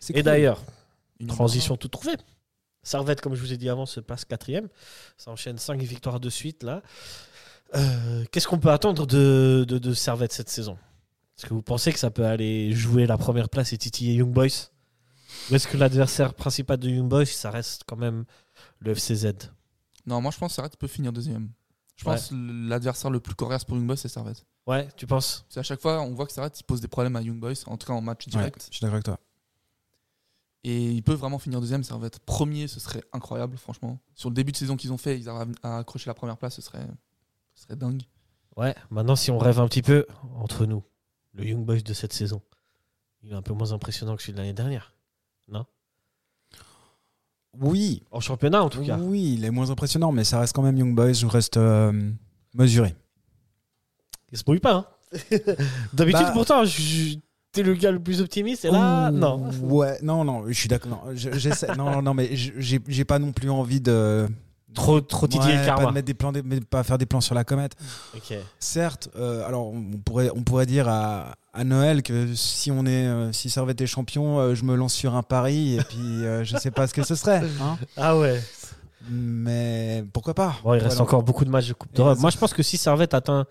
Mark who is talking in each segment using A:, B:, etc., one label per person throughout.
A: C'est
B: Et
A: cool. Mmh.
B: d'ailleurs,
A: Une
B: transition toute trouvée. Servette, comme je vous ai dit avant, se passe quatrième. Ça enchaîne cinq victoires de suite là. Euh, Qu'est-ce qu'on peut attendre de, de, de Servette cette saison Est-ce que vous pensez que ça peut aller jouer la première place et titiller Young Boys Ou est-ce que l'adversaire principal de Young Boys, ça reste quand même le FCZ
A: Non, moi je pense que Servette peut finir deuxième. Je pense que l'adversaire le plus coriace pour Young Boys, c'est Servette.
B: Ouais, tu penses
A: C'est à chaque fois, on voit que Servette il pose des problèmes à Young Boys, en tout cas en match
C: Ouais,
A: direct.
C: je suis d'accord avec toi.
A: Et il peut vraiment finir deuxième, Servette. Premier, ce serait incroyable, franchement. Sur le début de saison qu'ils ont fait, ils arrivent à accrocher la première place, ce serait, ce serait dingue.
B: Ouais, maintenant si on rêve un petit peu, entre nous, le Young Boys de cette saison, il est un peu moins impressionnant que celui de l'année dernière.
C: Oui,
B: En championnat en tout cas.
C: oui, il est moins impressionnant, mais ça reste quand même Young Boys. Je reste euh, mesuré.
B: Il se mouille pas. hein. D'habitude,
C: Bah.
B: pourtant, je- je- t'es le gars le plus optimiste. Et là,
C: Ouh,
B: non.
C: Ouais, non, non, je suis d'accord. Non, je- j'essaie- non, non, mais je- j'ai j'ai pas non plus envie de.
B: Trop, trop
C: Ouais,
B: Didier le
C: pas de
B: Karma.
C: mettre des plans, des- mais pas faire des plans sur la comète.
B: Ok.
C: Certes, euh, alors on pourrait, on pourrait dire à, à Noël que si on est, euh, si Servette est champion, euh, je me lance sur un pari et puis euh, je sais pas ce que ce serait. hein.
B: Ah ouais.
C: Mais pourquoi pas
B: Bon, il
C: Pourquoi
B: reste
C: non
B: encore beaucoup de matchs de Coupe
C: Il
B: d'Europe.
C: reste-
B: Moi, je pense que si Servette atteint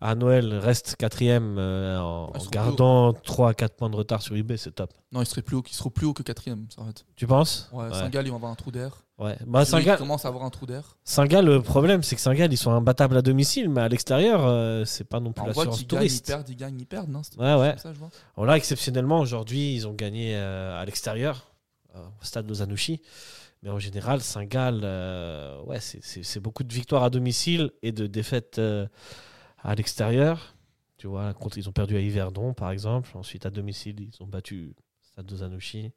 B: à Noël, reste quatrième euh, en,
A: Ah, ils
B: en
A: sont
B: gardant 3 à 4 points de retard sur IB, c'est top.
A: Non, ils seraient plus haut, ils seront plus haut que quatrième, Servette.
B: Tu penses
A: Ouais, Saint-Gall, ils vont avoir un trou d'air.
B: Ouais. Bah,
A: Zurich
B: Saint-Gall,
A: commence à avoir un trou d'air.
B: Saint-Gall, le problème, c'est que Saint-Gall, ils sont imbattables à domicile, mais à l'extérieur, euh, c'est pas non plus
A: On voit
B: l'assurance
A: qu'ils gagnent, ils
B: touriste.
A: perdent, ils gagnent, ils perdent. Non, c'est-
B: Ouais, ouais.
A: c'est ça, je vois.
B: Bon, là, exceptionnellement, aujourd'hui, ils ont gagné euh, à l'extérieur, euh, au stade Lozanouchi. Mais en général, Saint-Gall, euh, ouais, c'est- c'est c'est beaucoup de victoires à domicile et de défaites euh, à l'extérieur. Tu vois, contre, ils ont perdu à Yverdon, par exemple. Ensuite, à domicile, ils ont battu Stade Lozanouchi.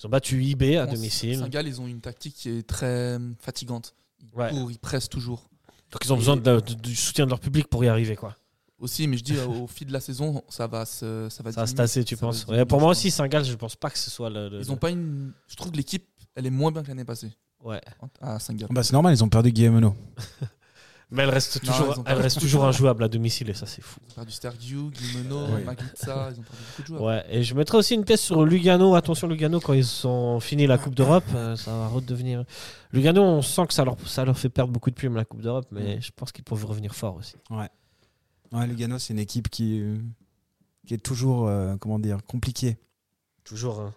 B: Ils ont battu IB à
A: Bon,
B: domicile.
A: Saint-Gall, ils ont une tactique qui est très euh, fatigante. Ils
B: Ouais.
A: courent, ils pressent toujours.
B: Donc, ils ont besoin de- de- du soutien de leur public pour y arriver, quoi.
A: Aussi, mais je dis, euh, au fil de la saison, ça va se, ça va
B: Ça va se
A: diminuer,
B: tasser, tu
A: ça va
B: penses.
A: diminuer,
B: Ouais, pour moi
A: je
B: aussi, Saint-Gall, je pense pas que ce soit le. le-
A: pense. Ils ont pas une. Je trouve que l'équipe, elle est moins bien que l'année passée
B: Ouais.
A: hein, à Saint-Gall.
C: Bah, c'est normal, ils ont perdu Guillemeno.
B: Mais elle reste
A: Non,
B: toujours,
A: ils ont pas-
B: elle reste toujours injouable à domicile et ça, c'est fou.
A: Ils ont perdu Stergiou, Guimeno,
C: Oui.
A: Maglitsa, ils ont perdu beaucoup de joueurs.
B: Ouais, et je mettrai aussi une pièce sur Lugano. Attention, Lugano, quand ils ont fini la Coupe d'Europe, euh, ça va redevenir. Lugano, on sent que ça leur, ça leur fait perdre beaucoup de plumes la Coupe d'Europe,
A: Mm.
B: mais je pense qu'ils peuvent revenir fort aussi.
C: Ouais, Lugano, c'est une équipe qui, euh, qui est toujours, euh, comment dire, compliquée.
B: Toujours. hein.